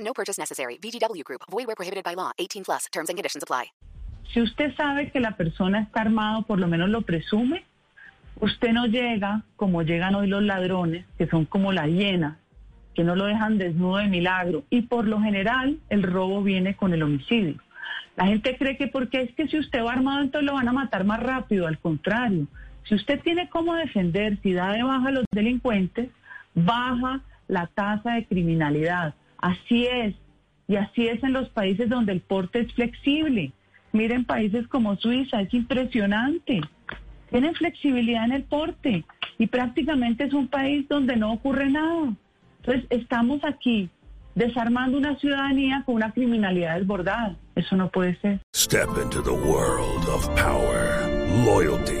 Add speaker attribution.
Speaker 1: No purchase necessary. VGW Group. Void where prohibited by law. 18 plus. Terms and conditions apply.
Speaker 2: Si usted sabe que la persona está armado, por lo menos lo presume, usted no llega como llegan hoy los ladrones, que son como la hiena, que no lo dejan desnudo de milagro. Y por lo general, el robo viene con el homicidio. La gente cree que porque es que si usted va armado, entonces lo van a matar más rápido. Al contrario, si usted tiene cómo defender, si da de baja a los delincuentes, baja la tasa de criminalidad. Así es. Y así es en los países donde el porte es flexible. Miren países como Suiza, es impresionante. Tienen flexibilidad en el porte y prácticamente es un país donde no ocurre nada. Entonces estamos aquí desarmando una ciudadanía con una criminalidad desbordada. Eso no puede ser.
Speaker 3: Step into the world of power, loyalty